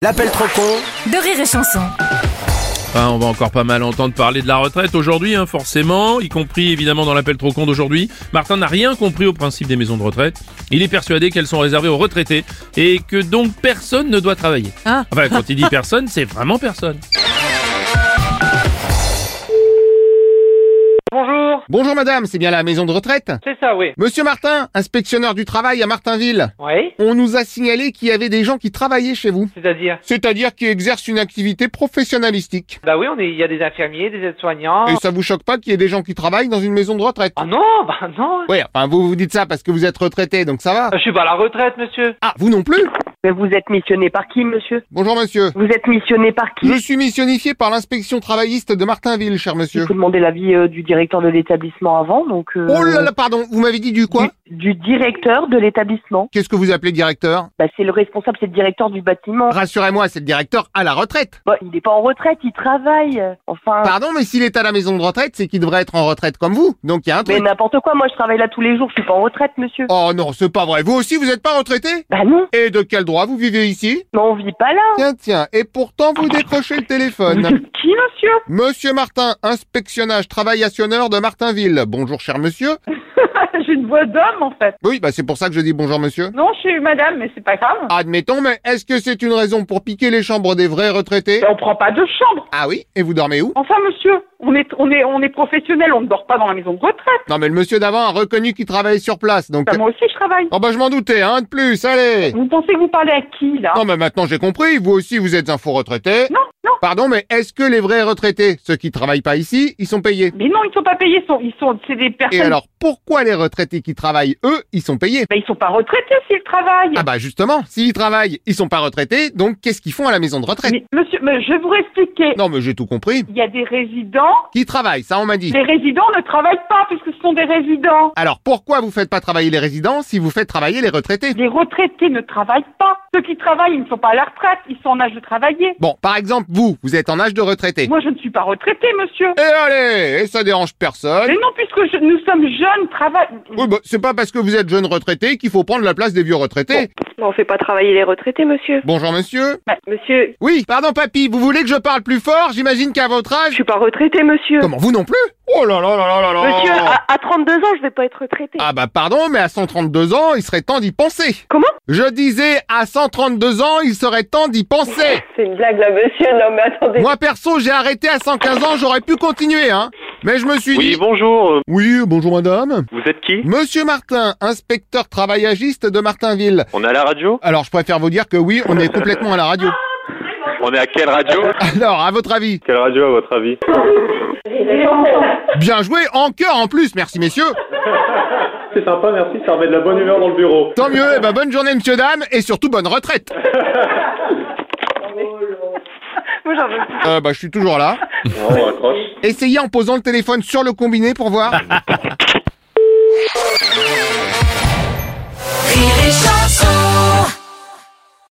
L'appel trop con de rire et chanson. Ah, on va encore pas mal entendre parler de la retraite aujourd'hui, hein, forcément, y compris évidemment dans l'appel trop con d'aujourd'hui. Martin n'a rien compris au principe des maisons de retraite. Il est persuadé qu'elles sont réservées aux retraités et que donc personne ne doit travailler. Ah. Enfin, quand il dit personne, c'est vraiment personne. Bonjour, Bonjour madame, c'est bien la maison de retraite c'est ça, oui. Monsieur Martin, inspectionneur du travail à Martinville. Oui, On nous a signalé qu'il y avait des gens qui travaillaient chez vous. c'est-à-dire C'est-à-dire qui exercent une activité professionnalistique. Bah oui, on est, il y a des infirmiers, des aides-soignants. Et ça vous choque pas qu'il y ait des gens qui travaillent dans une maison de retraite Ah non, bah non. Ouais, enfin vous vous dites ça parce que vous êtes retraité, donc ça va. Je suis pas à la retraite, monsieur. Ah, vous non plus Mais vous êtes missionné par qui, monsieur Bonjour monsieur. Vous êtes missionné par qui Je suis missionifié par l'inspection travailliste de Martinville, cher Il monsieur. faut demander l'avis euh, du directeur de l'établissement avant, donc... euh, Oh là là, pardon, vous m'avez dit du quoi du, du directeur de l'établissement. Qu'est-ce que vous appelez directeur Bah, c'est le responsable, c'est le directeur du Ah. bâtiment. Rassurez-moi, c'est le directeur à la retraite. Bah, il n'est pas en retraite, il travaille. Ah. Enfin... Pardon, mais s'il est à la maison de retraite, c'est qu'il devrait être en retraite comme vous. Donc il y a un truc. Mais n'importe quoi, moi je travaille là tous les jours, je suis pas en retraite, monsieur. Oh non, c'est pas vrai. Vous aussi, vous n'êtes pas retraité Bah non, Et de quel droit vous vivez ici mais on vit pas là. Tiens, tiens, et pourtant vous décrochez le Vous téléphone. êtes qui, monsieur Monsieur Martin, inspectionnage travaillationneur de Martinville. Bonjour cher monsieur. J'ai une voix d'homme en fait. Oui, bah c'est pour ça que je dis bonjour monsieur. Non, je suis madame, mais c'est pas grave. Ah. Admettons, mais est-ce que c'est une raison pour piquer les chambres des vrais retraités Ben, on prend pas de chambre. Ah oui, et vous dormez où Enfin, monsieur, on est, on est, on est professionnel, on ne dort pas dans la maison de retraite. Non mais le monsieur d'avant a reconnu qu'il travaille sur place, donc... Ben, moi aussi, je travaille. Oh bah je m'en doutais, hein, de plus, allez Vous pensez que vous parlez à qui là Non mais maintenant j'ai compris, vous aussi vous êtes un faux retraité. Ah. Non, non. Pardon, mais est-ce que les vrais retraités, ceux qui travaillent pas ici, ils sont payés Mais non, ils sont pas payés, ils sont, ils sont, c'est des personnes. Et alors, pourquoi les retraités qui travaillent, eux, ils sont payés Ben, ils sont pas retraités s'ils travaillent. Ah bah justement, s'ils travaillent, ils sont pas retraités, donc qu'est-ce qu'ils font à la maison de retraite Mais, monsieur, mais je vais vous expliquer. Non mais j'ai tout compris. Il y a des résidents. Qui travaillent, ça on m'a dit. Les résidents ne travaillent pas puisque ce sont des résidents. Alors pourquoi vous faites pas travailler les résidents si vous faites travailler les retraités Les retraités ne travaillent pas. Ceux qui travaillent, ils ne sont pas à la retraite, ils sont en âge de travailler. Bon, par exemple, vous, vous êtes en âge de retraité. Moi, je ne suis pas retraité, monsieur. Et allez, et ça dérange personne. Mais non, puisque je- nous sommes jeunes, travail. Oui, bah, c'est pas parce que vous êtes jeune retraité qu'il faut prendre la place des vieux retraités. On fait pas travailler les retraités, monsieur. Bonjour monsieur. Monsieur, Oui, pardon papy, vous voulez que je parle plus fort J'imagine qu'à votre je âge... suis pas retraité, monsieur. Comment vous non plus Oh là là là là là là Monsieur, ah, à, à 32 ans, je vais pas être retraité. Ah bah pardon, mais à 132 ans, il serait temps d'y penser. Comment Je disais, à 132 ans, il serait temps d'y penser. C'est une blague, là, monsieur. Non, mais attendez. Moi perso, j'ai arrêté à 115 ans, j'aurais pu continuer, hein. Mais je me suis dit... Oui, bonjour. Oui, bonjour madame. Vous êtes qui Monsieur Martin, inspecteur travaillagiste de Martinville. On est à la radio Alors je préfère vous dire que oui, on est complètement à la radio. On est à quelle radio Alors, à votre avis Quelle radio, à votre avis Bien joué, en cœur en plus, merci messieurs. C'est sympa, merci, ça remet de la bonne humeur dans le bureau. Tant mieux, eh ben, bonne journée monsieur dame, et surtout bonne retraite. Moi, j'en veux plus. Euh, bah je suis toujours là. Non, on accroche. Essayez en posant le téléphone sur le combiné pour voir.